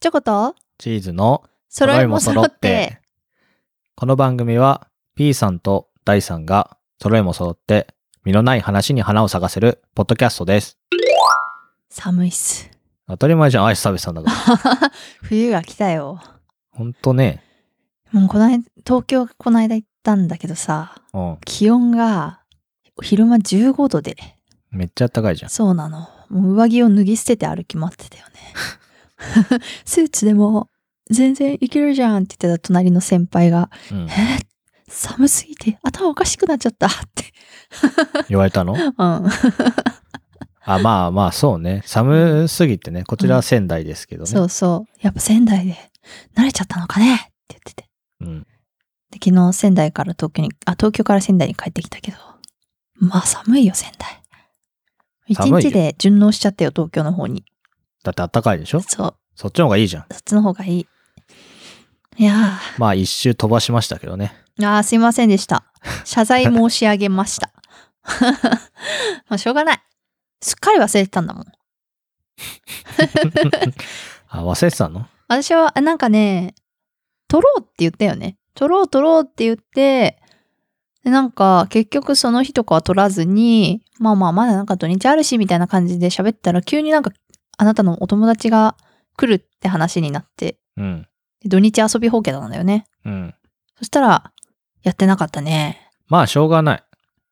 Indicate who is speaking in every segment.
Speaker 1: チョコと
Speaker 2: チーズの
Speaker 1: 揃いも揃って。
Speaker 2: この番組は P さんと大さんが揃いも揃って身のない話に花を咲かせるポッドキャストです。
Speaker 1: 寒いっす。
Speaker 2: 当たり前じゃん、アイス食べてたん だから。
Speaker 1: 冬が来たよ。
Speaker 2: ほんとね。
Speaker 1: もうこの間、東京この間行ったんだけどさ、
Speaker 2: うん。
Speaker 1: 気温が昼間15度で、
Speaker 2: めっちゃ暖かいじゃん。
Speaker 1: そうなの。もう上着を脱ぎ捨てて歩き回ってたよ ね。スーツでも全然いけるじゃんって言ってた隣の先輩が、
Speaker 2: うん
Speaker 1: え。ー寒すぎて頭おかしくなっちゃったって。
Speaker 2: 言われたの
Speaker 1: うん。
Speaker 2: あ、まあまあ、そうね。寒すぎてね。こちらは仙台ですけどね。
Speaker 1: そうそう。やっぱ仙台で慣れちゃったのかねって言ってて。
Speaker 2: うん。
Speaker 1: で昨日仙台から東京にあ東京から仙台に帰ってきたけどまあ寒いよ仙台一
Speaker 2: 寒いよ
Speaker 1: 日で順応しちゃったよ東京の方に
Speaker 2: だって暖かいでしょ
Speaker 1: そう
Speaker 2: そっちの方がいいじゃん。
Speaker 1: そっちの方がいいいや
Speaker 2: まあ一周飛ばしましたけどね。
Speaker 1: ーあーすいませんでした謝罪申し上げました まあしょうがないすっかり忘れてたんだもん
Speaker 2: あ、忘れてたの
Speaker 1: 私はあなんかね取ろうって言ったよね取ろう取ろうって言ってでなんか結局その日とかは取らずにまあまあまだなんか土日あるしみたいな感じで喋ってたら急になんかあなたのお友達が来るって話になって
Speaker 2: うん。
Speaker 1: で土日遊び放棄なんだよね
Speaker 2: うん。
Speaker 1: そしたらやってなかったね
Speaker 2: まあしょうがない。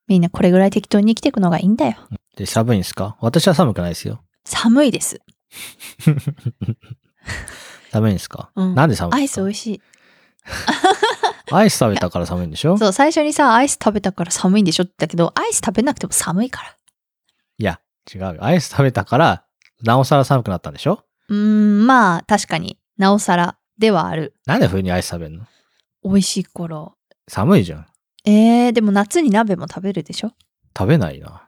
Speaker 1: みんなこれぐらい適当に生きていくのがいいんだよ
Speaker 2: で、寒いんですか私は寒くないですよ。
Speaker 1: 寒いです
Speaker 2: 寒いんですか、
Speaker 1: うん
Speaker 2: なんで寒いん
Speaker 1: ア
Speaker 2: で
Speaker 1: イ
Speaker 2: すか
Speaker 1: ス美味しい
Speaker 2: アイス食べたから寒いんでしょ
Speaker 1: そう最初にさアイス食べたから寒いんでしょって言ったけどアイス食べなくても寒いから
Speaker 2: いや、違うよ。アイス食べたから、なおさら寒くなったんでしょ
Speaker 1: うーん、まあ、確かになおさらではある。
Speaker 2: なんで冬にアイス食べるの
Speaker 1: 美味しい頃。
Speaker 2: 寒いじゃん。
Speaker 1: えー、でも夏に鍋も食べるでしょ
Speaker 2: 食べないな。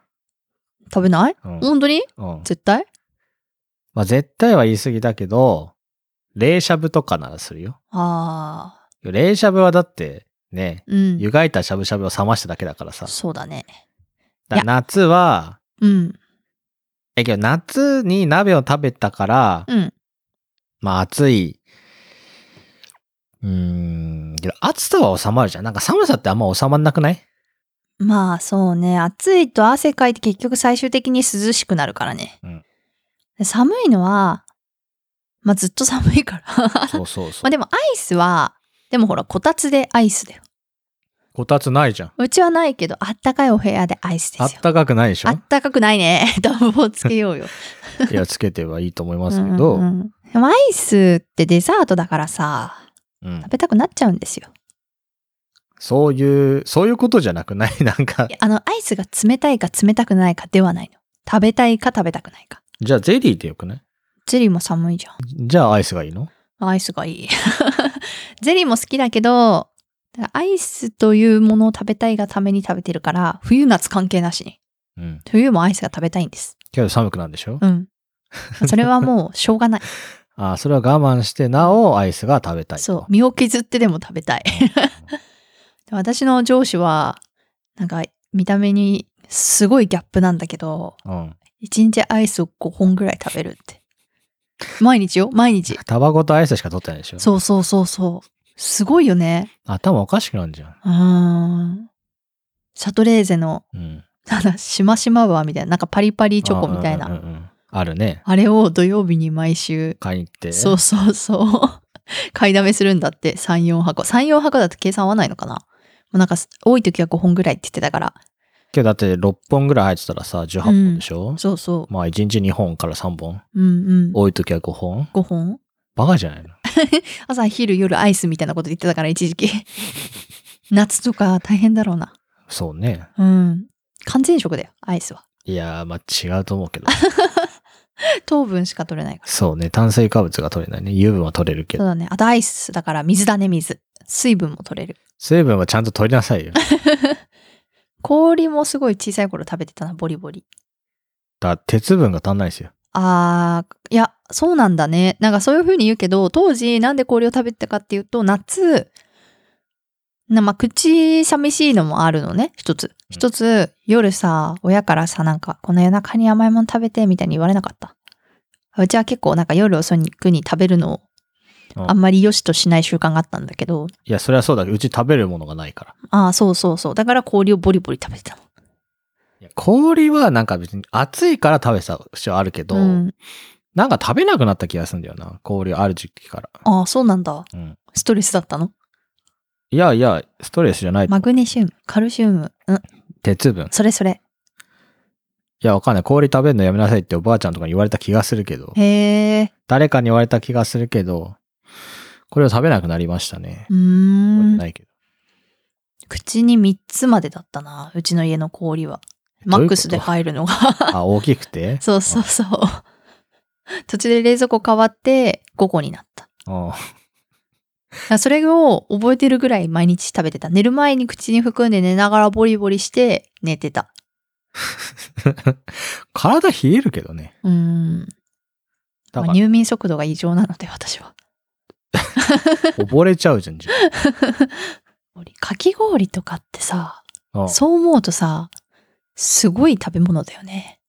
Speaker 1: 食べない
Speaker 2: うん。
Speaker 1: 本当に
Speaker 2: うん。
Speaker 1: 絶対
Speaker 2: まあ、絶対は言い過ぎだけど、冷しゃぶとかならするよ。
Speaker 1: あ
Speaker 2: 冷しゃぶはだって、ね、
Speaker 1: ー、う
Speaker 2: 湯
Speaker 1: ん。
Speaker 2: がいたしゃぶしゃぶを冷ましただけだからさ。
Speaker 1: そうだね。
Speaker 2: だから夏は、
Speaker 1: うん。
Speaker 2: え、けど夏に鍋を食べたから、
Speaker 1: うん。
Speaker 2: まあ暑い。うーん、けど暑さは収まるじゃん。なんか寒さってあんま収まんなくない
Speaker 1: まあ、そうね。暑いと汗かいて結局最終的に涼しくなるからね。
Speaker 2: うん
Speaker 1: で寒いのは、まあ、ずっと寒いから。 ま
Speaker 2: そうそうそ
Speaker 1: あ、でもアイスは、でもほら、こたつでアイスだよ。
Speaker 2: う。こたつないじゃん。
Speaker 1: うちはないけど、あったかいお部屋でアイスです
Speaker 2: あ
Speaker 1: よ
Speaker 2: っ。たかくないでしょ
Speaker 1: あったかくないね。 暖房つけようよ。
Speaker 2: いや、つけてはいいと思いますけど。
Speaker 1: う
Speaker 2: うん
Speaker 1: うん
Speaker 2: ん
Speaker 1: うんでもアイスってデザートだからさ、食べたくなっちゃうんですよ。
Speaker 2: そういう、そういうことじゃなくない なん
Speaker 1: い
Speaker 2: か
Speaker 1: や、あの、アイスが冷たいか冷たくないかではないの。食べたいか食べたくないか。
Speaker 2: じゃあゼリーでよくない
Speaker 1: ゼリーも寒いじゃ
Speaker 2: じゃあアイスがいいの
Speaker 1: ん。アイスがいい。 ゼリーも好きだけど、だからアイスというものを食べたいがために食べてるから、冬夏関係なしに。
Speaker 2: うん。
Speaker 1: 冬もアイスが食べたいんです。
Speaker 2: けど寒くなんでしょ、
Speaker 1: うん。それはもうしょうがない。
Speaker 2: ああ、それは我慢して、なおアイスが食べたいと。
Speaker 1: そう。身を削ってでも食べたい。で私の上司はなんか見た目にすごいギャップなんだけど
Speaker 2: うん。
Speaker 1: 1日アイスを5本ぐらい食べるって毎日よ毎 日
Speaker 2: タバコとアイスしか取ってないでしょ
Speaker 1: そうそうそうそうすごいよね
Speaker 2: 頭おかしくなるじゃん。
Speaker 1: うーんシャトレーゼの
Speaker 2: うん。
Speaker 1: なんだしましまバーみたいななんかパリパリチョコみたいなあ,、
Speaker 2: うんうんうんうんあるね。
Speaker 1: れを土曜日に毎週
Speaker 2: 買いに行って。
Speaker 1: そうそう そう買いだめするんだって34箱34箱だと計算合わないのかなもうなんか多い時は5本ぐらいって言ってたから
Speaker 2: けどだって6本ぐらい入ってたらさ、18本でしょ、
Speaker 1: そうそ
Speaker 2: まあ1日2本から3本。
Speaker 1: ううんうん
Speaker 2: 多い時は5本。
Speaker 1: 5本
Speaker 2: バカじゃないの
Speaker 1: 朝昼夜アイスみたいなこと言ってたから一時期 夏とか大変だろうな
Speaker 2: そうね。
Speaker 1: うん完全食だよアイスはい
Speaker 2: やー、まあ違うと思うけど。
Speaker 1: 糖分しか取れないから
Speaker 2: そうね。炭水化物が取れないね。油分は取れるけ
Speaker 1: そう
Speaker 2: ど。
Speaker 1: だねあとアイスだから水だね水水分も取れる
Speaker 2: 水分はちゃんと取りなさいよ。
Speaker 1: 氷もすごい小さい頃食べてたなボリボリ
Speaker 2: だ鉄分が足んないですよ。
Speaker 1: あーいやそうなんだねなんかそういう風に言うけど当時なんで氷を食べてたかっていうと夏なまあ口寂しいのもあるのね一つ一つ夜さ親からさなんかこの夜中に甘いもの食べてみたいに言われなかったうちは結構なんか夜遅くに食べるのを
Speaker 2: うん
Speaker 1: あんまり良しとしない習慣があったんだけど、
Speaker 2: いや、それはそうだけど、うち食べるものがないから。
Speaker 1: ああ、そうそうそう。だから氷をボリボリ食べてたの。
Speaker 2: 氷はなんか別に暑いから食べてた節はあるけど、
Speaker 1: うん、
Speaker 2: なんか食べなくなった気がするんだよな。氷ある時期から。
Speaker 1: ああ、そうなんだ。
Speaker 2: うん。
Speaker 1: ストレスだったの
Speaker 2: いやいや、ストレスじゃない。
Speaker 1: マグネシウム、カルシウム。うん、
Speaker 2: 鉄分。
Speaker 1: それそれ。
Speaker 2: いや、わかんない。氷食べるのやめなさいっておばあちゃんとかに言われた気がするけど、
Speaker 1: へえ。
Speaker 2: 誰かに言われた気がするけど、これを食べなくなりましたね。
Speaker 1: うー
Speaker 2: 覚えて
Speaker 1: ん
Speaker 2: な。いけど。
Speaker 1: 口に3つまでだったな。うちの家の氷は。
Speaker 2: ど
Speaker 1: マ
Speaker 2: ういうこ
Speaker 1: ック
Speaker 2: と
Speaker 1: スで入るのが。
Speaker 2: あ、大きくて
Speaker 1: そうそうそう。途中で冷蔵庫変わって5個になった。
Speaker 2: うん。
Speaker 1: だからそれを覚えてるぐらい毎日食べてた。寝る前に口に含んで寝ながらボリボリして寝てた。
Speaker 2: 体冷えるけどね。
Speaker 1: うーん。
Speaker 2: だ
Speaker 1: ま
Speaker 2: か
Speaker 1: あ
Speaker 2: ら、
Speaker 1: 入眠速度が異常なので私は。
Speaker 2: 溺れちゃうじゃん、自
Speaker 1: かき氷とかってさ、
Speaker 2: 分。うん
Speaker 1: そう思うとさ、すごい食べ物だよね。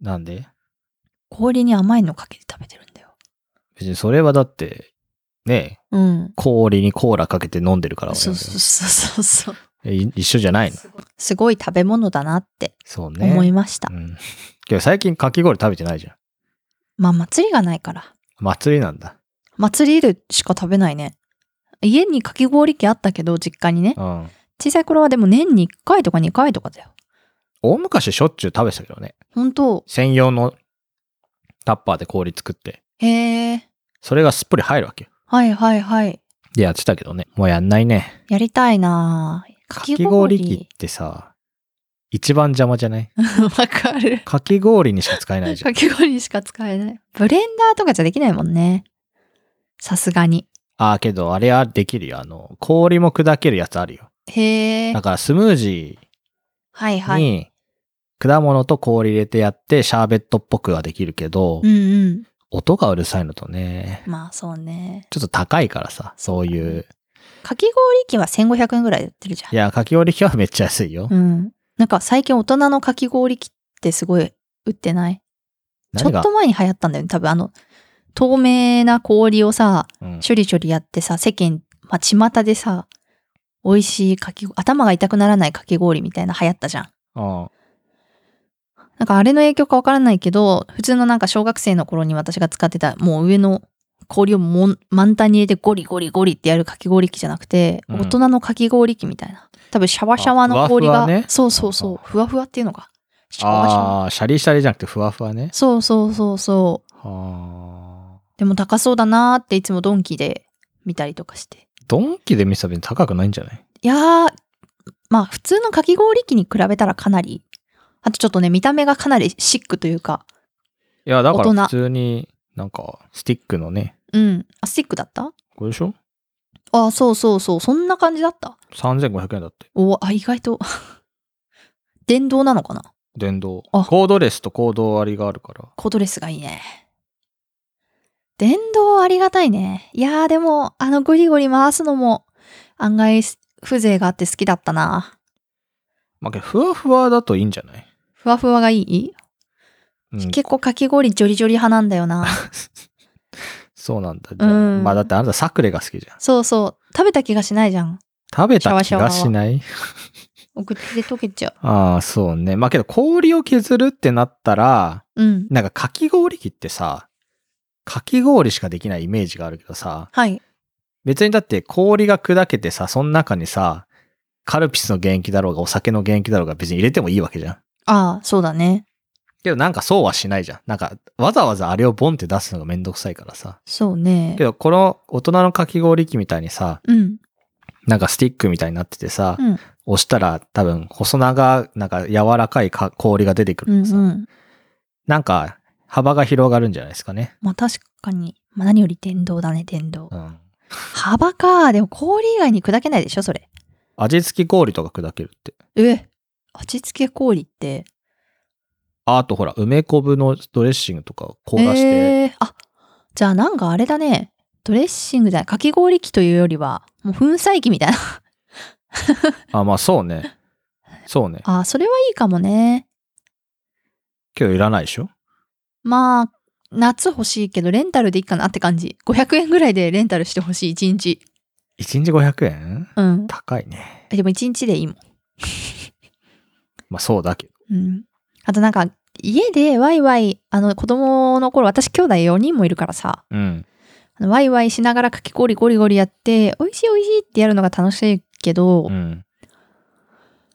Speaker 2: なんで
Speaker 1: 氷に甘いのかけて食べてるんだよ。
Speaker 2: 別にそれはだって、ねえ
Speaker 1: うん。
Speaker 2: 氷にコーラかけて飲んでるから
Speaker 1: そうそうそうそうそう。
Speaker 2: えい一緒じゃないの
Speaker 1: すごい食べ物だなって
Speaker 2: そうね。
Speaker 1: 思いました。
Speaker 2: うん。けど最近かき氷食べてないじゃん。
Speaker 1: まあ祭りがないから。
Speaker 2: 祭りなんだ。
Speaker 1: 祭りでしか食べないね。家にかき氷機あったけど、実家にね。
Speaker 2: うん。
Speaker 1: 小さい頃はでも年に1回とか2回とかだよ。
Speaker 2: 大昔しょっちゅう食べてたけどね。
Speaker 1: 本当
Speaker 2: 専用のタッパーで氷作って、
Speaker 1: へえ。
Speaker 2: それがすっぽり入るわけよ。
Speaker 1: はいはいはい。
Speaker 2: で、やってたけどね。もうやんないね。
Speaker 1: やりたいなぁ
Speaker 2: かき氷機ってさ、一番邪魔じゃない
Speaker 1: わかる。
Speaker 2: かき氷にしか使えないじゃん。
Speaker 1: かき氷しか使えない。ブレンダーとかじゃできないもんね。さすがに。
Speaker 2: ああ、けどあれはできるよ。あの、氷も砕けるやつあるよ。
Speaker 1: へえ
Speaker 2: だ。からスムージ
Speaker 1: はい
Speaker 2: ー
Speaker 1: はい。
Speaker 2: に果物と氷入れてやってシャーベットっぽくはできるけど、
Speaker 1: うんうん。
Speaker 2: 音がうるさいのとね、
Speaker 1: まあそうね。
Speaker 2: ちょっと高いからさ、そういう。
Speaker 1: かき氷機は1500円ぐらいで売ってるじゃん
Speaker 2: い。や、かき氷機はめっちゃ安いよ。
Speaker 1: うん。なんか最近大人のかき氷機ってすごい売ってないちょ
Speaker 2: 何
Speaker 1: っ
Speaker 2: が
Speaker 1: と、前に流行ったんだよね。多分あの、透明な氷をさ、
Speaker 2: うん
Speaker 1: 処理処理やってさ、世間、まあ、巷でさ、美味しいかき、頭が痛くならないかき氷みたいな流行ったじゃん。
Speaker 2: うん
Speaker 1: なんかあれの影響かわからないけど、普通のなんか小学生の頃に私が使ってた、もう上の氷をもん満タンに入れてゴリゴリゴリってやるかき氷機じゃなくて、
Speaker 2: うん
Speaker 1: 大人のかき氷機みたいな。多分シャワシャワの氷
Speaker 2: あふわふ
Speaker 1: が、
Speaker 2: わね
Speaker 1: そうそうそう、ふわふわっていうのか。シャワシャワ。
Speaker 2: ああ、シャリシャリじゃなくてふわふわね。
Speaker 1: そうそうそうそう。
Speaker 2: はあ。
Speaker 1: でも高そうだなーっていつもドンキで見たりとかして。
Speaker 2: ドンキで見せたら別に高くないんじゃない
Speaker 1: いやー、まあ普通のかき氷機に比べたらかなり、あとちょっとね、見た目がかなりシックというか、
Speaker 2: いや、だ
Speaker 1: 大
Speaker 2: から
Speaker 1: 人
Speaker 2: 普通になんかスティックのね、
Speaker 1: うん。あ、スティックだった
Speaker 2: これでしょ
Speaker 1: あ、そうそうそう、そんな感じだった。
Speaker 2: ?3500 円だって。
Speaker 1: おあ、意外と。 電動なのかな
Speaker 2: 電動。コ
Speaker 1: あ
Speaker 2: ードレスとコードありがあるから。
Speaker 1: コードレスがいいね。電動ありがたいね。いやーでも、あのゴリゴリ回すのも案外風情があって好きだったな。
Speaker 2: まあ、けどふわふわだといいんじゃない、
Speaker 1: ふわふわがいい
Speaker 2: うん、
Speaker 1: 結構かき氷ジョリジョリ派なんだよ な。
Speaker 2: そうなんだ。じゃあ
Speaker 1: うん
Speaker 2: まあだってあなたサクレが好きじゃん。
Speaker 1: そうそう。食べた気がしないじゃん。
Speaker 2: 食べた気
Speaker 1: シャワシャワ
Speaker 2: がしない
Speaker 1: 送って溶けちゃ
Speaker 2: ああ、そうね。まあけど氷を削るってなったら、
Speaker 1: う。うん。
Speaker 2: なんかかき氷機ってさ、かき氷しかできないイメージがあるけどさ、
Speaker 1: はい。
Speaker 2: 別にだって氷が砕けてさ、その中にさ、カルピスの原液だろうがお酒の原液だろうが別に入れてもいいわけじゃん。
Speaker 1: ああ、そうだね。
Speaker 2: けどなんかそうはしないじゃん。なんかわざわざあれをボンって出すのがめんどくさいからさ。
Speaker 1: そうね
Speaker 2: け。どこの大人のかき氷機みたいにさ、
Speaker 1: うん。
Speaker 2: なんかスティックみたいになっててさ、
Speaker 1: うん。
Speaker 2: 押したら多分細長、なんか柔らかいか氷が出てく
Speaker 1: う
Speaker 2: るから
Speaker 1: ん
Speaker 2: さ、
Speaker 1: うん。
Speaker 2: なんか幅が広がるんじゃないですかね。
Speaker 1: まあ確かに。まあ何より電動だね、電動
Speaker 2: う。ん。
Speaker 1: 幅か。でも氷以外に砕けないでしょ、それ。
Speaker 2: 味付き氷とか砕けるって。
Speaker 1: え味付け氷って。
Speaker 2: ああとほら、梅昆布のドレッシングとか凍らして、
Speaker 1: えーあ、じゃあなんかあれだね。ドレッシングじゃない。かき氷機というよりは、もう粉砕機みたいな。
Speaker 2: あ、まあそうね。そうね。
Speaker 1: ああ、それはいいかもね。
Speaker 2: けどいらないでしょ
Speaker 1: まあ、夏欲しいけどレンタルでいいかなって感じ。500円ぐらいでレンタルしてほしい、1日。
Speaker 2: 1日500円
Speaker 1: うん。
Speaker 2: 高いね。
Speaker 1: でも1日でいいもん。
Speaker 2: まあそうだけど。
Speaker 1: うん。あとなんか、家でワイワイ、あの子供の頃、私兄弟4人もいるからさ、
Speaker 2: うん。
Speaker 1: あのワイワイしながらかき氷ゴリゴリやって、美味しい美味しいってやるのが楽しいけど、
Speaker 2: うん。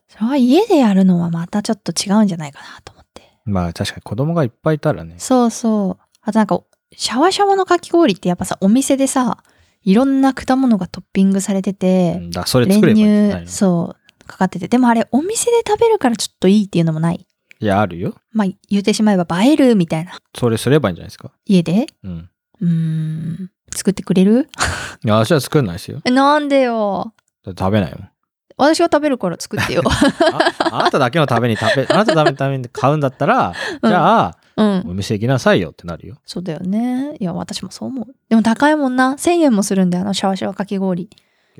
Speaker 1: それは家でやるのはまたちょっと違うんじゃないかなと思って。
Speaker 2: まあ確かに子供がいっぱいいたらね。
Speaker 1: そうそう。あとなんか、シャワシャワのかき氷ってやっぱさ、お店でさ、いろんな果物がトッピングされて
Speaker 2: う
Speaker 1: て、
Speaker 2: んだ、それ
Speaker 1: 練
Speaker 2: 作ればいいんじゃない
Speaker 1: 乳、
Speaker 2: の
Speaker 1: そう、かかってて。でもあれ、お店で食べるからちょっといいっていうのもない。
Speaker 2: いや、あるよ。
Speaker 1: まあ、言うてしまえば映えるみたいな。
Speaker 2: それすればいいんじゃないですか。
Speaker 1: 家で
Speaker 2: うん。
Speaker 1: うーん。作ってくれる
Speaker 2: いや、私は作んないですよ。
Speaker 1: えなんでよ。
Speaker 2: だって食べないもん。
Speaker 1: 私が食べるから作って よ。
Speaker 2: ああなただけのために食べ、あなたのためのために買うんだったら、じゃあ、
Speaker 1: うん。
Speaker 2: お店行きなさいよってなるよ。
Speaker 1: そうだよね。いや、私もそう思う。でも高いもんな。1000円もするんだよ、あのシャワシャワかき氷。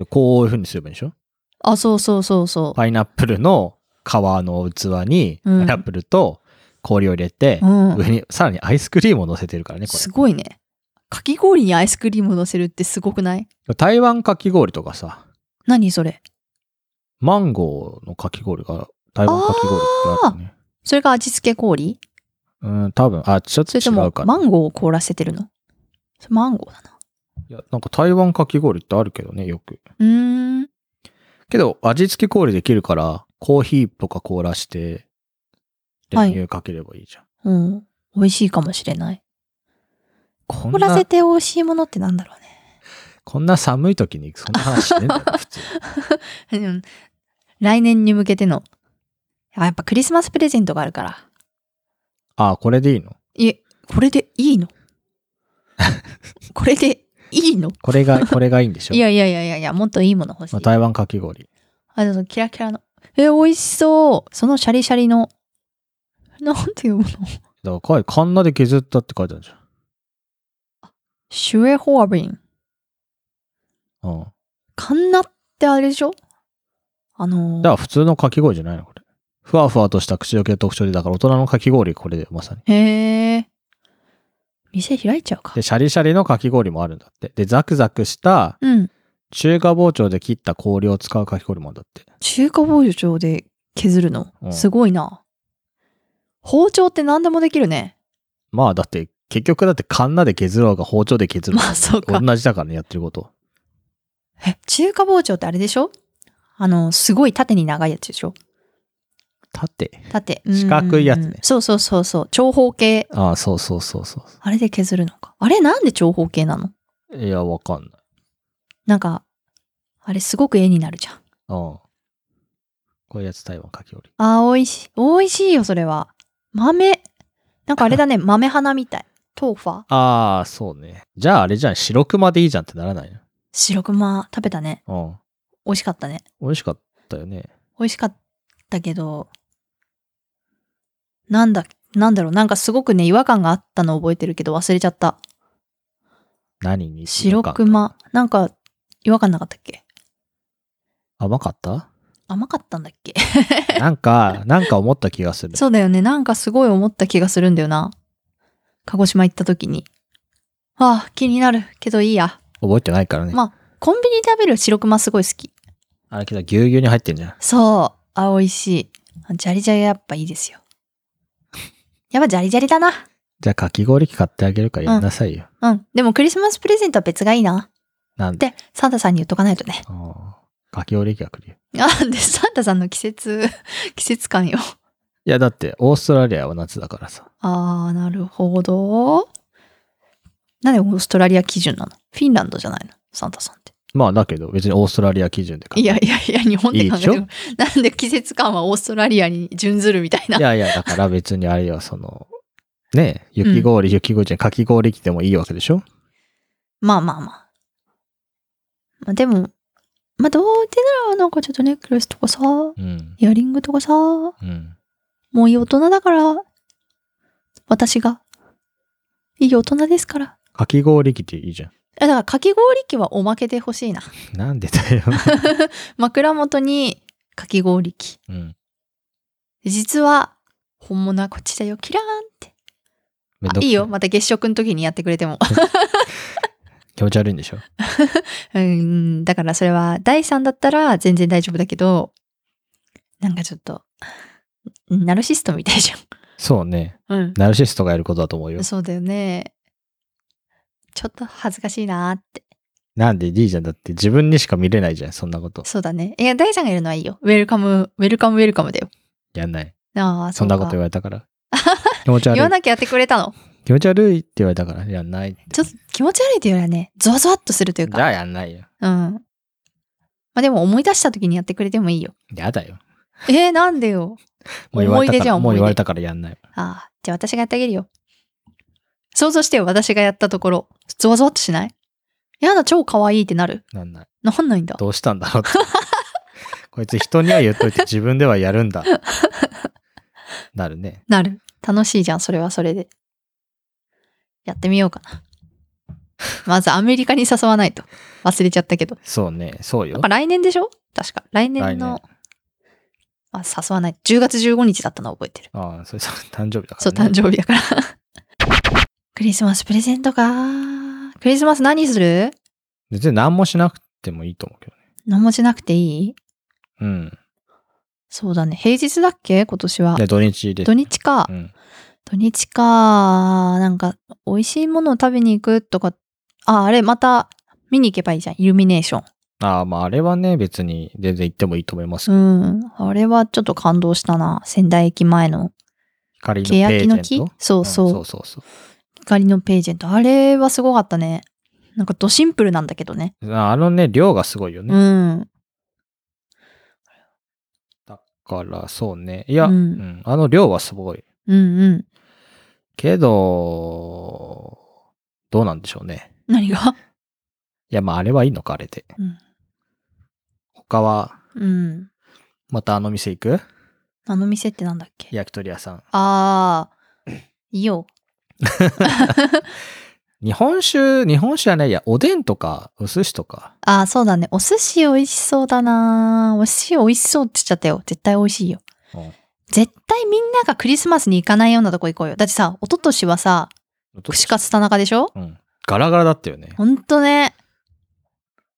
Speaker 2: こういう風にすればいいんでしょ
Speaker 1: あ、そうそうそうそ
Speaker 2: パイナップルの皮の器に、
Speaker 1: うん
Speaker 2: パイナップルと氷を入れて、
Speaker 1: う。うん。
Speaker 2: 上に、さらにアイスクリームを乗せてるからね、こ
Speaker 1: す
Speaker 2: れ。
Speaker 1: ごいね。かき氷にアイスクリームを乗せるってすごくない
Speaker 2: 台湾かき氷とかさ、
Speaker 1: 何それ
Speaker 2: マンゴーのかき氷が、台湾かき氷ってあるね。
Speaker 1: それが味付け氷
Speaker 2: うん、多分、あ、ちょっ
Speaker 1: そ
Speaker 2: と
Speaker 1: れと
Speaker 2: 違う
Speaker 1: も
Speaker 2: かな
Speaker 1: マ。ンゴーを凍らせてるのそれマンゴーだな。
Speaker 2: いや、なんか台湾かき氷ってあるけどね、よく。
Speaker 1: うーん。
Speaker 2: けど、味付け氷できるから、コーヒーとか凍らして、
Speaker 1: はい
Speaker 2: 練乳かければいいじゃん。
Speaker 1: うん。美味しいかもしれない。
Speaker 2: こん
Speaker 1: 凍ら
Speaker 2: な
Speaker 1: せ、て美味しいものってなんだろ
Speaker 2: こんな寒い時にそんな話して んだよ、普通。
Speaker 1: うね。うん来年に向けての。あ、やっぱクリスマスプレゼントがあるから。
Speaker 2: あ、これでいいの
Speaker 1: いえ、これでいい のこれでいいの
Speaker 2: これ が、これがいいんでしょ
Speaker 1: いやいやいやいやいや、もっといいもの欲しい
Speaker 2: まあ。台湾かき氷。
Speaker 1: あ、でもキラキラの。え、美味しそう。そのシャリシャリの。なんていうの
Speaker 2: だから、いカンナで削ったって書いてあるじ
Speaker 1: シュエホアビン。
Speaker 2: ゃん。うん。だ
Speaker 1: カンナってあれでしょあのー
Speaker 2: から、普通のかき氷じゃないのこれ。ふわふわとした口どけが特徴で、だから大人のかき氷、これで、まさに。
Speaker 1: へえ。店開いちゃうか
Speaker 2: で、。シャリシャリのかき氷もあるんだって。で、ザクザクした、
Speaker 1: うん。
Speaker 2: 中華包丁で切った氷を使うかき氷もあるんだって。
Speaker 1: 中華包丁で削るの
Speaker 2: う。ん
Speaker 1: すごいな。包丁って何でもできるね。
Speaker 2: まあだって結局だってカンナで削ろうが包丁で削ろうが
Speaker 1: まあそうか
Speaker 2: 同じだからねやってること
Speaker 1: え、中華包丁ってあれでしょあの、すごい縦に長いやつでしょ
Speaker 2: 縦
Speaker 1: 縦。うんうんうん
Speaker 2: 四角いやつね
Speaker 1: そうそうそうそう。長方形。
Speaker 2: ああそうそうそうそ
Speaker 1: あれで削るのか。あれなんで長方形なの
Speaker 2: ういやわかんない
Speaker 1: なんか、あれすごく絵になるじゃん。
Speaker 2: うんこういうやつ台湾かき氷
Speaker 1: あー、美味しい。美味しいよ、それは。豆。なんかあれ だね、豆花みたい。豆腐
Speaker 2: ああそうねじゃああれじゃん白熊でいいじゃんってならない
Speaker 1: 白熊食べたね。
Speaker 2: の
Speaker 1: 美味しかったね。
Speaker 2: うん美味しかったよね
Speaker 1: 美味しかったけど、なんだ、なんだろう、なんかすごくね、違和感があったのを覚えてるけど忘れちゃった。
Speaker 2: 何に
Speaker 1: 白
Speaker 2: 違和感
Speaker 1: 熊。なんか、違和感なかったっけ
Speaker 2: 甘かった
Speaker 1: 甘かったんだっけ
Speaker 2: なんかなんか思った気がす る
Speaker 1: そうだよね。なんかすごい思った気がするんだよな。鹿児島行った時に。ああ、気になるけどいいや。
Speaker 2: 覚えてないからね、
Speaker 1: まあ、コンビニで食べる白熊すごい好き。
Speaker 2: あれけどぎゅうぎゅうに入ってんじゃん
Speaker 1: そう。あ、美味しい。ジャリジャリやっぱいいですよ。 やっぱジャリジャリだな。
Speaker 2: じゃあかき氷機買ってあげるからやんなさいよ、
Speaker 1: うん。でもクリスマスプレゼントは別がいいな。
Speaker 2: なんで
Speaker 1: で、サンタさんに言っとかないとね。
Speaker 2: うんかき氷機が来る よ
Speaker 1: あ、で、サンタさんの季節、 季節感よ。
Speaker 2: いやだってオーストラリアは夏だからさ
Speaker 1: あー、なるほど。なんでオーストラリア基準なのフィンランドじゃないのサンタさんって。
Speaker 2: まあだけど別にオーストラリア基準で考え
Speaker 1: いやいやいや、日本で考えても
Speaker 2: いいで
Speaker 1: なんで季節感はオーストラリアに準ずるみたいな。
Speaker 2: いやいやだから別にあれはそのね雪氷、雪氷じゃんかき氷来てもいいわけでしょ
Speaker 1: まあまあまあ。まあでも、まあどうってならなんかちょっとネックレスとかさ、
Speaker 2: うん
Speaker 1: イヤリングとかさ、も
Speaker 2: うん
Speaker 1: ういい大人だから、私が。いい大人ですから。
Speaker 2: かき氷機っていいじゃ
Speaker 1: えだからかき氷機はおまけで欲しいな。
Speaker 2: んなんでだよ、
Speaker 1: 枕元にかき氷機。
Speaker 2: うん、
Speaker 1: 実は、本物はこっちだよ、キラーンって。
Speaker 2: めん
Speaker 1: あ
Speaker 2: どくさ
Speaker 1: いいよ。。また月食の時にやってくれても。
Speaker 2: 気持ち悪いんでしょ。
Speaker 1: うん。だからそれは、第3だったら全然大丈夫だけど、なんかちょっと、ナルシストみたいじ
Speaker 2: そうね。
Speaker 1: ゃん。うん。
Speaker 2: ナルシストがやることだと思うよ。
Speaker 1: そうだよね。ちょっと恥ずかしいなーって。
Speaker 2: なんで D じゃん。だって自分にしか見れないじゃん。そんなこと。
Speaker 1: そうだね。いや、第3がいるのはいいよ。ウェルカム、ウェルカム、ウェルカムだよ。
Speaker 2: やんない。
Speaker 1: ああ、
Speaker 2: そんなこと言
Speaker 1: わ
Speaker 2: われ たから。気持ち悪
Speaker 1: 言わ
Speaker 2: い。
Speaker 1: なきゃやってくれたの。
Speaker 2: 気持ち悪いって言われたから。やんない。
Speaker 1: ちょっと気持ち悪いというよりはね、ゾワゾワっとするという
Speaker 2: じゃ
Speaker 1: か。
Speaker 2: あやんないよ。
Speaker 1: うん。まあでも思い出した時にやってくれてもいいよ。
Speaker 2: やだよ。
Speaker 1: えー、なんでよ。
Speaker 2: もう言わ
Speaker 1: 思い
Speaker 2: れた
Speaker 1: 出
Speaker 2: か
Speaker 1: じゃ
Speaker 2: ら、
Speaker 1: ん思
Speaker 2: も
Speaker 1: い
Speaker 2: う
Speaker 1: 出
Speaker 2: 言われたからやんない。
Speaker 1: ああ、じゃあ私がやってあげるよ。想像してよ、私がやったところ。ゾワゾワっとしないやだ、超可愛いってなる。
Speaker 2: なんない。
Speaker 1: なんないんだ。
Speaker 2: どうしたんだろうって。 こいつ人には言っといて自分ではやるんだ。なるね。
Speaker 1: なる。楽しいじゃん、それはそれで。やってみようかな。まずアメリカに誘わないと。忘れちゃったけど。
Speaker 2: そうね。そうよ
Speaker 1: なんか。来年でしょ確か。来
Speaker 2: 来
Speaker 1: 年
Speaker 2: 年
Speaker 1: の、あ、誘わない。10月15日だったの覚えてる。
Speaker 2: ああ、それさ、誕生日だか
Speaker 1: そう、
Speaker 2: ら、ね。
Speaker 1: 誕生日だから。 クリスマスプレゼントか。クリスマス何する
Speaker 2: 別に何もしなくてもいいと思うけどね。
Speaker 1: 何もしなくていい
Speaker 2: うん。
Speaker 1: そうだね。平日だっけ今年は
Speaker 2: で、。土日で。
Speaker 1: 土日か
Speaker 2: う。ん。
Speaker 1: 土日か。なんか、美味しいものを食べに行くとか。あ、あれ、また見に行けばいいじゃん。イルミネーション。
Speaker 2: ああ、まあ、あれはね、別に全然行ってもいいと思いますけど。
Speaker 1: うん。あれはちょっと感動したな。仙台駅前の
Speaker 2: 光のペー
Speaker 1: 欅
Speaker 2: ジェ
Speaker 1: の
Speaker 2: ン
Speaker 1: 木
Speaker 2: ト。
Speaker 1: そううんそう。
Speaker 2: そうそうそ
Speaker 1: 光のページェント。あれはすごかったね。なんかドシンプルなんだけどね。
Speaker 2: う。ああのね、量がすごいよね。
Speaker 1: うん。
Speaker 2: だから、そうね。いや、
Speaker 1: う
Speaker 2: うんん、あの量はすごい。
Speaker 1: うんうん。
Speaker 2: けど、どうなんでしょうね。
Speaker 1: 何が
Speaker 2: いや、まあ、あれはいいのか、あれで。
Speaker 1: うん
Speaker 2: 他は、
Speaker 1: うん。
Speaker 2: またあの店行く
Speaker 1: あの店ってなんだっけ
Speaker 2: 焼き鳥屋さん。
Speaker 1: あー、いいよ。
Speaker 2: 日本酒、日本酒じゃないいや、おでんとか、お寿司とか。
Speaker 1: あー、そうだね。お寿司美味しそうだなお寿司美味しそうって言っちゃったよ。絶対美味しいよ。
Speaker 2: うん
Speaker 1: 絶対みんながクリスマスに行かないようなとこ行こうよ。だってさ、一昨年はさ、串カツ田中でしょ
Speaker 2: うん。ガラガラだったよね。
Speaker 1: ほんとね。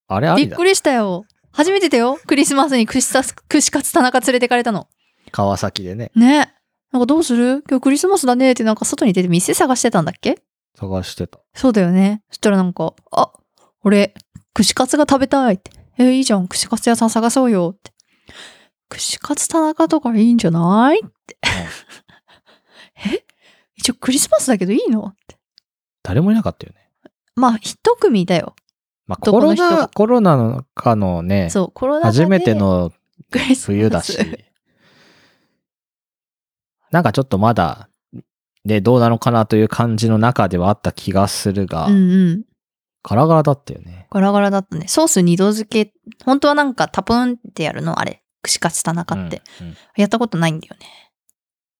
Speaker 2: あれあ
Speaker 1: び
Speaker 2: り
Speaker 1: っ
Speaker 2: だ
Speaker 1: く。りしたよ。初めてだよ。クリスマスに串さ串カツ田中連れてかれたの。
Speaker 2: 川崎でね、
Speaker 1: ね。なんかどうする今日クリスマスだねってなんか外に出て店探してたんだっけ
Speaker 2: 探してた。
Speaker 1: そうだよね。そしたらなんか、あ、俺、串カツが食べたいって。え、いいじゃん。串カツ屋さん探そうよって。串カツ田中とかいいんじゃないって。 え一応クリスマスだけどいいのって。
Speaker 2: 誰もいなかったよね。
Speaker 1: まあ、一組だよ。
Speaker 2: まあ、コ
Speaker 1: 男の
Speaker 2: ロ
Speaker 1: 人が
Speaker 2: ナ、コロナのかのね、
Speaker 1: そう、コロナ禍で
Speaker 2: 初めての
Speaker 1: クリスマス
Speaker 2: 冬だし、なんかちょっとまだ、で、どうなのかなという感じの中ではあった気がするが、
Speaker 1: うんうん。
Speaker 2: ガラガラだったよね。
Speaker 1: ガラガラだったね。ソース二度漬け。本当はなんかタプンってやるのあれ。串カツ田中って。
Speaker 2: うん。うん
Speaker 1: やったことないんだよね。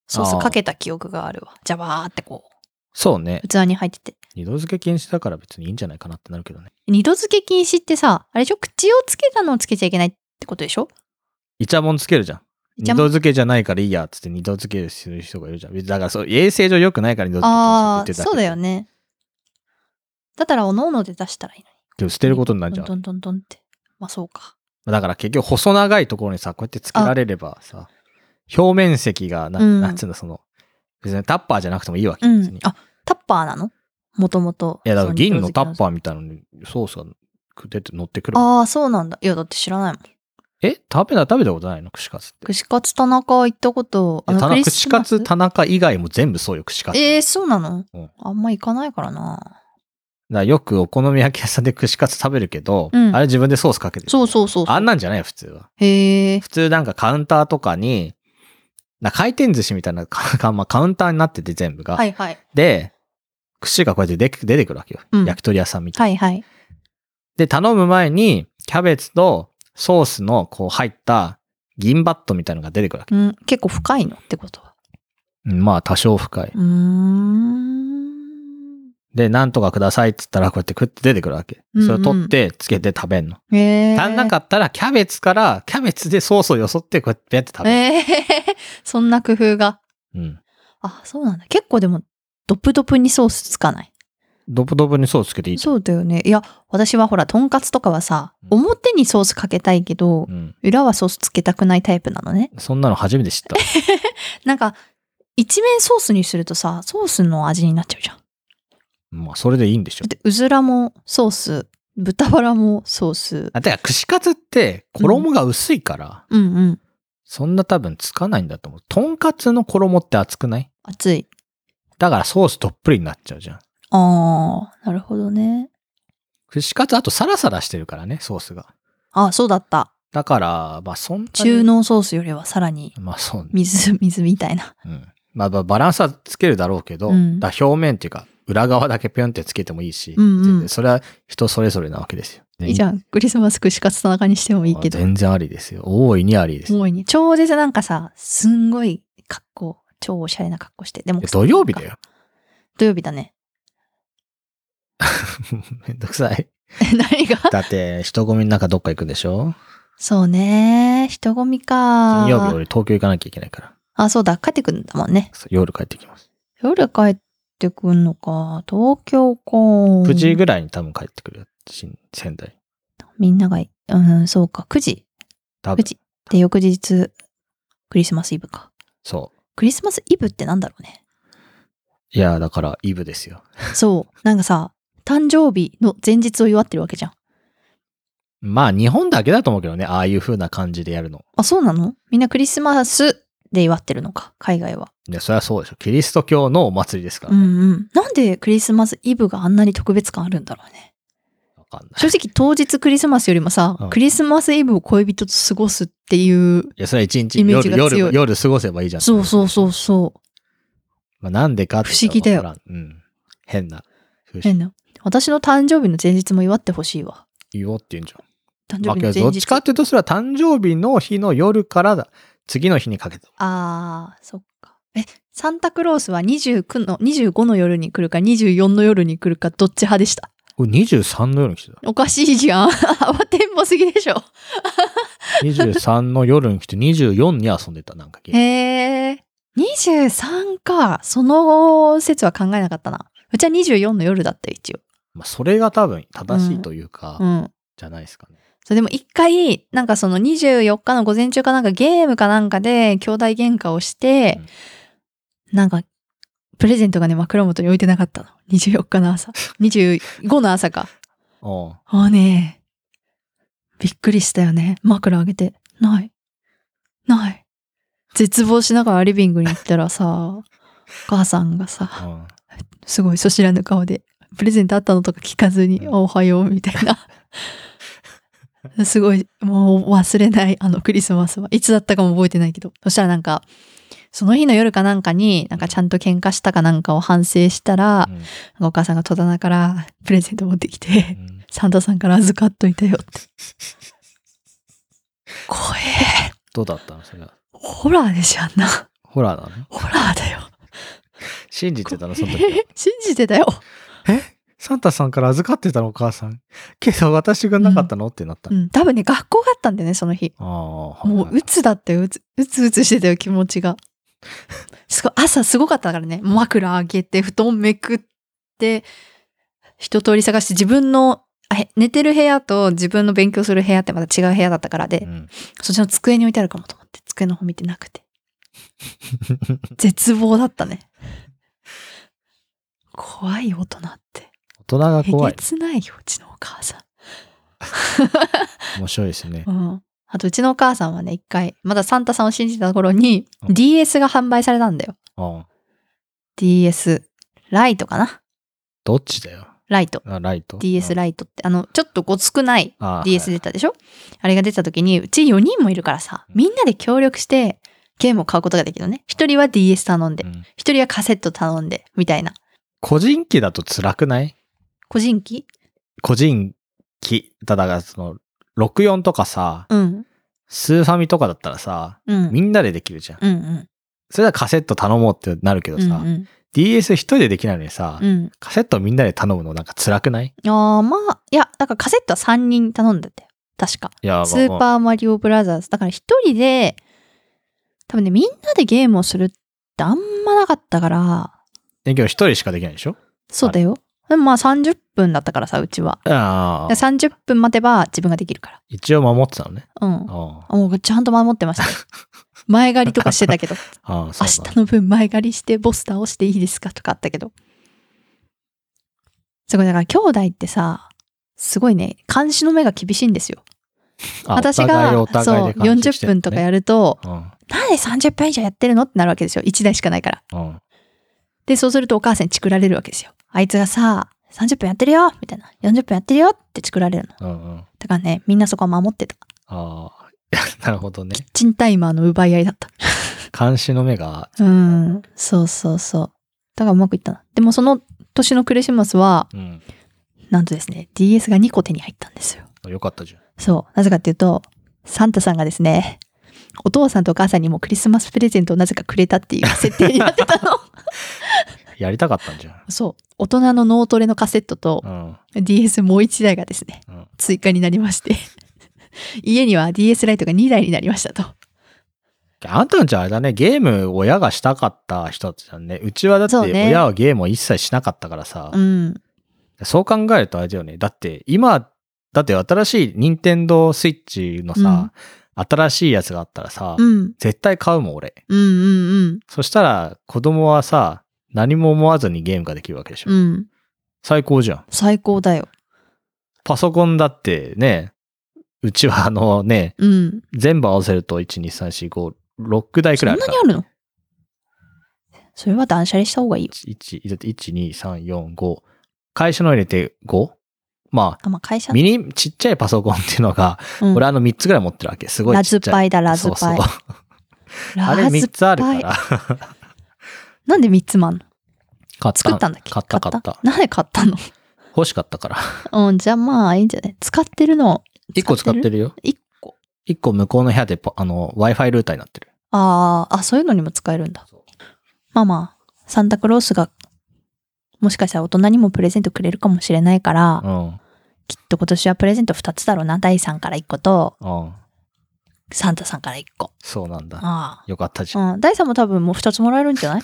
Speaker 1: ソー
Speaker 2: あ
Speaker 1: ス
Speaker 2: ー
Speaker 1: かけた記憶があるわ。ジャバーってこ
Speaker 2: そうね
Speaker 1: う、。器に入ってて。
Speaker 2: 二度漬け禁止だから別にいいんじゃないかなってなるけどね。
Speaker 1: 二度漬け禁止ってさ、あれでしょ口をつけたのをつけちゃいけないってことでしょ
Speaker 2: イチャモンつけるじゃん。
Speaker 1: イ
Speaker 2: 二
Speaker 1: チャ
Speaker 2: 度
Speaker 1: モン
Speaker 2: 漬けじゃないからいいやっつって二度漬けする人がいるじゃん。別にだからそう衛生上良くないから二度
Speaker 1: あ
Speaker 2: 漬
Speaker 1: あ、
Speaker 2: け禁止って言ってたけど
Speaker 1: そうだよ。ね。だったら、おのおので出したらいいのに。
Speaker 2: でも捨てることになるじゃん。
Speaker 1: どんどんどんどんって。まあそうか。
Speaker 2: だから結局細長いところにさ、こうやってつけられればさ、表面積がな、
Speaker 1: うん
Speaker 2: なんつうんだ、その、別にタッパーじゃなくてもいいわけ
Speaker 1: う
Speaker 2: 別に。
Speaker 1: ん。あ、タッパーなのもともと。
Speaker 2: いや、だから銀のタッ
Speaker 1: ー。
Speaker 2: パーみたいなのにソースが出て乗ってくる。
Speaker 1: ああ、そうなんだ。いや、だって知らないもん。
Speaker 2: え食べた、食べたことないの串カツって。
Speaker 1: 串カツ田中行ったこと、
Speaker 2: いや田中
Speaker 1: クリ
Speaker 2: 串
Speaker 1: ス
Speaker 2: カ
Speaker 1: マス
Speaker 2: ツ田中以外も全部そうよ、串カツ。
Speaker 1: ええー、そうなの、
Speaker 2: うん
Speaker 1: あんま行かないからな。
Speaker 2: だからよくお好み焼き屋さんで串カツ食べるけど、
Speaker 1: うん
Speaker 2: あれ自分でソースかけてる。
Speaker 1: そうそうそうそう。
Speaker 2: あんなんじゃないよ、普通は。
Speaker 1: へえ。
Speaker 2: 普通なんかカウンターとかに、な回転寿司みたいな かかまあカウンターになってて全部が。
Speaker 1: はいはい。
Speaker 2: で、串がこうやって出て出てくるわけよ。
Speaker 1: うん
Speaker 2: 焼き鳥屋さんみたいな。
Speaker 1: はいはい。
Speaker 2: で、頼む前に、キャベツとソースのこう入った銀バットみたいなのが出てくるわけ。
Speaker 1: うん、結構深いのってことは。。
Speaker 2: うんまあ、多少深いう
Speaker 1: ーん。
Speaker 2: で、なんとかくださいっつったら、こうやって食って出てくるわけ。
Speaker 1: うんうん
Speaker 2: それを取って、つけて食べんの。
Speaker 1: ええ
Speaker 2: 足んなかったら、キャベツから、キャベツでソースをよそって、こうやってやって食べる。
Speaker 1: ええそんな工夫が。
Speaker 2: うん。
Speaker 1: あ、そうなんだ。結構でも、ドプドプにソースつかない。
Speaker 2: ドブドブにソースつけていい。
Speaker 1: そうだよね。いや、私はほら、とんかつとかはさ、
Speaker 2: うん
Speaker 1: 表にソースかけたいけど
Speaker 2: う、ん。
Speaker 1: 裏はソースつけたくないタイプなのね。
Speaker 2: そんなの初めて知 った。
Speaker 1: なんか、一面ソースにするとさ、ソースの味になっちゃうじゃん。
Speaker 2: まあ、それでいいんでしょ。
Speaker 1: で、うずらもソース、豚バラもソース。
Speaker 2: あ、てか、串カツって衣が薄いから、
Speaker 1: うんうん。
Speaker 2: そんな多分つかないんだと思う。とんかつの衣って厚くない
Speaker 1: 熱い。
Speaker 2: だからソースどっぷりになっちゃうじゃん。
Speaker 1: あー、なるほどね。
Speaker 2: 串カツあとサラサラしてるからね、ソースが。
Speaker 1: あ、そうだった。
Speaker 2: だから、まあそんなに。
Speaker 1: 中濃ソースよりはさらに
Speaker 2: まあそう、
Speaker 1: 水、水みたいな。
Speaker 2: うん。まあまあバランスはつけるだろうけど、
Speaker 1: うん
Speaker 2: だから表面っていうか、裏側だけぴょんってつけてもいいし、
Speaker 1: うんうん
Speaker 2: 全然それは人それぞれなわけですよ。
Speaker 1: いいじゃん。クリスマス串カツ田中にしてもいいけど。
Speaker 2: 全然ありですよ。大いにありです。
Speaker 1: 大いに。超絶なんかさ、すんごい格好、超おしゃれな格好して。でも
Speaker 2: え、土曜日だよ。
Speaker 1: 土曜日だね。
Speaker 2: めんどくさい。
Speaker 1: え何が
Speaker 2: だって、人混みの中どっか行くでしょ
Speaker 1: そうね。人混みか。
Speaker 2: 金曜日俺東京行かなきゃいけないから。
Speaker 1: あ、そうだ。帰ってくんだもんね。
Speaker 2: そう夜帰ってきます。
Speaker 1: 夜帰ってくんのか。東京か。9
Speaker 2: 9時ぐらいに多分帰ってくるよ。新仙台。
Speaker 1: みんながい、うん、そうか。9時。
Speaker 2: 多
Speaker 1: 9
Speaker 2: 分。
Speaker 1: 時。で、翌日、クリスマスイブか。
Speaker 2: そう。
Speaker 1: クリスマスイブってなんだろうね。
Speaker 2: いや、だから、イブですよ。
Speaker 1: そう。なんかさ、誕生日の前日を祝ってるわけじゃん。
Speaker 2: まあ、日本だけだと思うけどね。ああいう風な感じでやるの。
Speaker 1: あ、そうなのみんなクリスマスで祝ってるのか、海外は。
Speaker 2: いや、そりゃそうでしょ。キリスト教のお祭りですから
Speaker 1: う
Speaker 2: ね。
Speaker 1: んうん。なんでクリスマスイブがあんなに特別感あるんだろうね。
Speaker 2: わかんない。
Speaker 1: 正直当日クリスマスよりもさ、
Speaker 2: うん
Speaker 1: クリスマスイブを恋人と過ごすっていう。
Speaker 2: いや、それは一日
Speaker 1: イメージ
Speaker 2: 夜、
Speaker 1: が強い
Speaker 2: 夜、夜過ごせばいいじゃん。
Speaker 1: そうそうそうそう。
Speaker 2: まあ、なんでかって
Speaker 1: 不思議だよ
Speaker 2: わからん。うん。変な。不思議
Speaker 1: 変な。私の誕生日の前日も祝ってほしいわ。
Speaker 2: 言おうって言うんじゃん。
Speaker 1: 誕
Speaker 2: ま
Speaker 1: 生
Speaker 2: あ、け
Speaker 1: 日
Speaker 2: ど
Speaker 1: の前日。
Speaker 2: どっちかっていうと、それは誕生日の日の夜からだ次の日にかけて。
Speaker 1: あー、そっか。え、サンタクロースは29の、25の夜に来るか24の夜に来るかどっち派でした
Speaker 2: これ23の夜に来て た。
Speaker 1: おかしいじゃん。 慌てんぼすぎでしょ。
Speaker 2: 23の夜に来て、24に遊んでた、なんか ゲーム
Speaker 1: へえ。23か。その説は考えなかったな。うちは24の夜だったよ、一応。
Speaker 2: まあ、それが多分正しいというか、
Speaker 1: うん。
Speaker 2: じゃないですかね。
Speaker 1: そう、でも一回、なんかその24日の午前中かなんかゲームかなんかで兄弟喧嘩をして、なんか、プレゼントがね、枕元に置いてなかったの。24日の朝。25の朝か。
Speaker 2: おう
Speaker 1: ああねびっくりしたよね。枕上げて。ない。ない。絶望しながらリビングに行ったらさ、お 母さんがさ、
Speaker 2: うん
Speaker 1: すごいそしらぬ顔で、プレゼントあったのとか聞かずに、
Speaker 2: うん
Speaker 1: おはようみたいな。 すごい、もう忘れない、あのクリスマスは。いつだったかも覚えてないけど。そしたらなんか、その日の夜かなんかに、なんかちゃんと喧嘩したかなんかを反省したら、
Speaker 2: うん
Speaker 1: お母さんが戸棚からプレゼント持ってきて、
Speaker 2: うん
Speaker 1: サンタさんから預かっといたよって。怖え。
Speaker 2: どうだったのそれは。
Speaker 1: ホラーでしょ、あんな。
Speaker 2: ホラーなの
Speaker 1: ホラーだよ。
Speaker 2: 信じてたのその時は。
Speaker 1: 信じてたよ。
Speaker 2: え サンタさんから預かってたのお母さん。けど私がなかったの、ってなった。
Speaker 1: うん、多分ね、学校があったんだよね、その日。
Speaker 2: ああ、はい
Speaker 1: もう、うつだったよ、うつ、うつうつしてたよ、気持ちが。すごい、朝すごかったからね、枕開けて、布団めくって、一通り探して、自分の、あへ寝てる部屋と自分の勉強する部屋ってまた違う部屋だったからで、
Speaker 2: うん
Speaker 1: そっちの机に置いてあるかもと思って、机の方見てなく て。絶望だったね。怖い大人って。
Speaker 2: 大人が
Speaker 1: え
Speaker 2: 怖
Speaker 1: げ
Speaker 2: い。
Speaker 1: つないよ、うちのお母さ
Speaker 2: 面白いですね
Speaker 1: ん。。うん。あと、うちのお母さんはね、一回、まだサンタさんを信じてた頃に、
Speaker 2: うん
Speaker 1: DS が販売されたんだよ。
Speaker 2: ああ
Speaker 1: DS、ライトかな
Speaker 2: どっちだよ。
Speaker 1: ライト。
Speaker 2: あライト。
Speaker 1: DS
Speaker 2: イ
Speaker 1: ライトって、あの、ちょっとごつくない
Speaker 2: ト。ああ
Speaker 1: DS
Speaker 2: はい
Speaker 1: 出たでしょ、あれが出た時に、うち4人もいるからさ、みんなで協力して、ゲームを買うことができるのね。一人は DS 頼んで
Speaker 2: う、ん
Speaker 1: 一人はカセット頼んで、みたいな。
Speaker 2: 個人機だと辛くない
Speaker 1: 個人機
Speaker 2: 個人機。ただが、その、64とかさ、
Speaker 1: うん。
Speaker 2: スーファミとかだったらさ、
Speaker 1: うん。
Speaker 2: みんなでできるじゃん。
Speaker 1: うんうん。
Speaker 2: それはカセット頼もうってなるけど
Speaker 1: うん
Speaker 2: さ、
Speaker 1: うん。
Speaker 2: DS 一人でできないのにさ、
Speaker 1: うん。
Speaker 2: カセットみんなで頼むのなんか辛くない
Speaker 1: ああ、まあ、いや、だからカセットは3人頼んだって。確か。
Speaker 2: いや、まあ
Speaker 1: スー
Speaker 2: まあ
Speaker 1: パーマリオブラザーズ。だから一人で、多分ね、みんなでゲームをするってあんまなかったから、
Speaker 2: で、今日一人しかできないでしょ
Speaker 1: そうだよ。でもまあ30分だったからさ、うちは。
Speaker 2: ああ。
Speaker 1: 30分待てば自分ができるか
Speaker 2: 一応守ってたのね。
Speaker 1: ら。うん。
Speaker 2: あ
Speaker 1: あもうちゃんと守ってました。前借りとかしてたけど、
Speaker 2: あ。ああ、そ
Speaker 1: 明
Speaker 2: うなんだ
Speaker 1: 日の分前借りしてボス倒していいですかとかあったけど。すごい、だから兄弟ってさ、すごいね、監視の目が厳しいんですよ。
Speaker 2: あ
Speaker 1: 私
Speaker 2: お互い
Speaker 1: が、
Speaker 2: お互
Speaker 1: そう、
Speaker 2: いで感じして
Speaker 1: 40
Speaker 2: んのね
Speaker 1: 分とかやると、
Speaker 2: うん。
Speaker 1: なんで30分以上やってるのってなるわけですよ。1台しかないから。
Speaker 2: うん。
Speaker 1: で、そうするとお母さんにチクられるわけですよ。あいつがさ、30分やってるよみたいな。40分やってるよってチクられるの。
Speaker 2: うん。うん。
Speaker 1: だからね、みんなそこは守ってた。
Speaker 2: あ あ。なるほどね。
Speaker 1: チンタイマーの奪い合いだった。
Speaker 2: 監視の目が、
Speaker 1: うん。そうそうそう。だからうまくいったな。でもその年のクリスマスは、
Speaker 2: うん。
Speaker 1: なんとですね、DS が2個手に入ったんですよ。
Speaker 2: よかったじゃん。
Speaker 1: そう。なぜかっていうと、サンタさんがですね、お父さんとお母さんにもクリスマスプレゼントをなぜかくれたっていう設定になってた の。
Speaker 2: やりたかったんじゃん。
Speaker 1: そう。大人の脳トレのカセットと
Speaker 2: う、ん。
Speaker 1: DS もう1台がですね、
Speaker 2: うん
Speaker 1: 追加になりまして、 家には DS ライトが2台になりましたと。
Speaker 2: あんたんちはあれだね、ゲーム親がしたかった人だったんね。うちはだって
Speaker 1: そうね
Speaker 2: 親はゲームを一切しなかったからさ。
Speaker 1: うん。
Speaker 2: そう考えるとあれだよね。だって今、だって新しい任天堂スイッチのさ、新しいやつがあったらさ、
Speaker 1: うん。うん
Speaker 2: 絶対買うもん俺。
Speaker 1: うん
Speaker 2: そしたら子供はさ、何も思わずにゲームができるわけでしょ。
Speaker 1: うん。うん。
Speaker 2: 最高じゃん。
Speaker 1: 最高だよ。
Speaker 2: パソコンだってね、うちはあのね、
Speaker 1: うん。
Speaker 2: 全部合わせると1、2、3、4、5、6台く
Speaker 1: そん
Speaker 2: ら
Speaker 1: ない
Speaker 2: あ
Speaker 1: にある
Speaker 2: るから。
Speaker 1: のそれは断捨離した方がいいよ。
Speaker 2: 1、1だって1、2、3、4、5。会社の入れて 5? ま
Speaker 1: あ、まあ、会社
Speaker 2: あ、ミニ、ちっちゃいパソコンっていうのが、
Speaker 1: うん
Speaker 2: 俺あの3つぐらい持ってるわけ。すごい
Speaker 1: ラ
Speaker 2: ちっ
Speaker 1: ズ
Speaker 2: ちゃい。
Speaker 1: パイだ、ラズ
Speaker 2: そうそ
Speaker 1: パ
Speaker 2: う
Speaker 1: イ。。
Speaker 2: あれ
Speaker 1: ラズ
Speaker 2: 3つあるから。
Speaker 1: なんで3つもあんの
Speaker 2: 買っ
Speaker 1: 作ったんだっけ
Speaker 2: 買った買った。
Speaker 1: なんで買ったの
Speaker 2: 欲しかったから。
Speaker 1: うん、じゃあまあいいんじゃない使ってるの。
Speaker 2: 1個使ってるよ。
Speaker 1: 1個。
Speaker 2: 1個向こうの部屋でパ、あの、Wi-Fi ルーターになってる。
Speaker 1: ああ、あ、そういうのにも使えるんだ。まあまあ、サンタクロースが、もしかしたら大人にもプレゼントくれるかもしれないから、
Speaker 2: うん。
Speaker 1: きっと今年はプレゼント2つだろうな。第3から1個と、
Speaker 2: うん。
Speaker 1: サンタさんから1個。
Speaker 2: そうなんだ。
Speaker 1: あ
Speaker 2: よかったじゃん。
Speaker 1: あ。うん、第3も多分もう2つもらえるんじゃない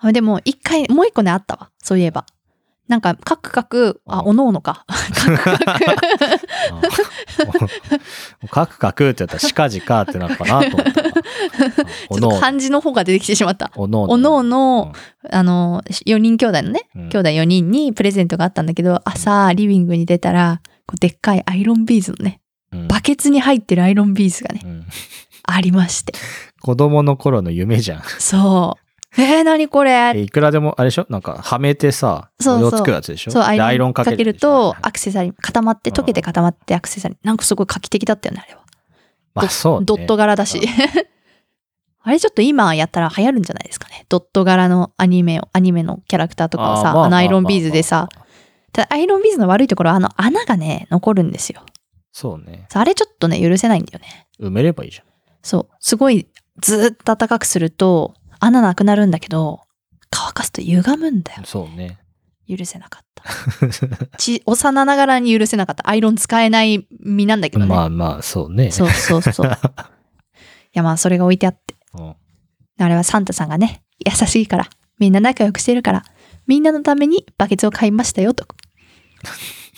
Speaker 1: あでも、1回、もう1個ね、あったわ。そういえば。なんか、カクカク、あ、
Speaker 2: うん
Speaker 1: おのおのか。
Speaker 2: うんもうカクカクって言ったら、しかじかってなるかなと思ったら。うん
Speaker 1: ちょっ と漢字の方が出てきてしまった。
Speaker 2: おの
Speaker 1: おのおの、
Speaker 2: う
Speaker 1: あの、4人兄弟のね、
Speaker 2: んうん
Speaker 1: 兄弟4人にプレゼントがあったんだけど、朝、リビングに出たら、こうでっかいアイロンビーズのね、
Speaker 2: うん
Speaker 1: バケツに入ってるアイロンビーズがね、
Speaker 2: うん
Speaker 1: ありまして。
Speaker 2: 子供の頃の夢じゃん。
Speaker 1: そう。えー、何こ
Speaker 2: え
Speaker 1: れ
Speaker 2: いくらでも、あれでしょなんか、はめてさ、
Speaker 1: そうそう
Speaker 2: 模様作るやつでしょ
Speaker 1: そう、
Speaker 2: で
Speaker 1: アイロンかけると
Speaker 2: でし、ょ
Speaker 1: アクセサリー、固まって、
Speaker 2: うん
Speaker 1: 溶けて固まってアクセサリー。なんかすごい画期的だったよね、あれは。
Speaker 2: まあ、そう、ね。
Speaker 1: ドット柄だし
Speaker 2: う。
Speaker 1: あれちょっと今やったら流行るんじゃないですかね。ドット柄のアニメを、アニメのキャラクターとかを
Speaker 2: あ
Speaker 1: さ、
Speaker 2: ーまあ
Speaker 1: あのアイロン
Speaker 2: まあ
Speaker 1: ビーズでさ、ただアイロンビーズの悪いところはあの穴がね、残るんですよ。
Speaker 2: そうね。
Speaker 1: そうあれちょっとね、許せないんだよね。
Speaker 2: 埋めればいいじ
Speaker 1: そう。すごい、ずーっと暖かくすると、穴なくなるんだけど、乾かすと歪むんだ
Speaker 2: ゃ
Speaker 1: よ
Speaker 2: ん。。そうね。
Speaker 1: 許せなかった。 ち、幼ながらに許せなかった。アイロン使えない身なんだけどね。
Speaker 2: まあまあ、そうね。
Speaker 1: そうそう そう。いやまあ、それが置いてあって。
Speaker 2: うん
Speaker 1: あれはサンタさんがね、優しいから、みんな仲良くしてるから、みんなのためにバケツを買いましたよ と。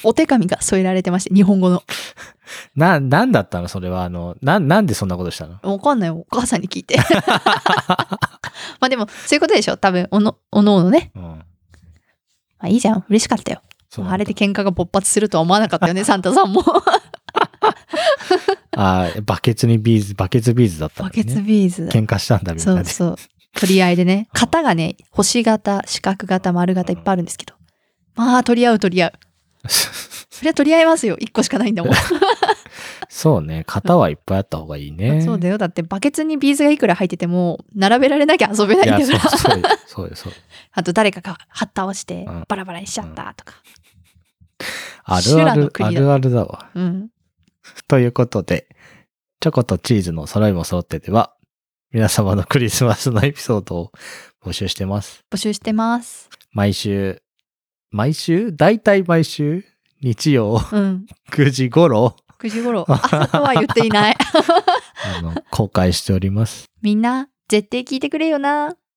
Speaker 1: お手紙が添えられてまして、日本語の。
Speaker 2: な、なんだったのそれは、あの、な、なんでそんなことしたの
Speaker 1: わかんないよ。お母さんに聞いて。 まあでも、そういうことでしょ。多分、おの、おのおのね。
Speaker 2: うん。
Speaker 1: まあいいじゃん。嬉しかったよ。
Speaker 2: そうなんだ
Speaker 1: あれで喧嘩が勃発するとは思わなか ったよね、サンタさんも。
Speaker 2: あーバケツにビーズ、バケツビーズだったの
Speaker 1: バ
Speaker 2: ね。
Speaker 1: ケツビーズ。
Speaker 2: 喧嘩したんだ、みん
Speaker 1: そ
Speaker 2: な
Speaker 1: う
Speaker 2: で。
Speaker 1: そう。取り合いでね。型がね、星型、四角型、丸型いっぱいあるんですけど。まあ、取り合う取り合う。そりゃ取り合いますよ。一個しかないんだもん。
Speaker 2: そうね。型はいっぱいあった方がいいね。
Speaker 1: そうだよ。だってバケツにビーズがいくら入ってても、並べられなきゃ遊べない
Speaker 2: い
Speaker 1: ん
Speaker 2: や、
Speaker 1: だか
Speaker 2: そ
Speaker 1: ら。
Speaker 2: うそうよ。そうよ、そうよ。
Speaker 1: あと誰かがハッ倒して
Speaker 2: うん、
Speaker 1: バラバラにしちゃったとか。
Speaker 2: あ
Speaker 1: 修
Speaker 2: るあ
Speaker 1: 羅の
Speaker 2: る、
Speaker 1: 国
Speaker 2: あ
Speaker 1: だ
Speaker 2: るあるだわ。
Speaker 1: うん。
Speaker 2: ということで、チョコとチーズの揃いも揃ってでは、皆様のクリスマスのエピソードを募集してます。
Speaker 1: 募集してます。
Speaker 2: 毎週、毎週大体毎週、日曜
Speaker 1: うん。
Speaker 2: 9時頃、
Speaker 1: 9時頃。朝とは言っていない。
Speaker 2: あの、公開しております。
Speaker 1: みんな、絶対聞いてくれよな。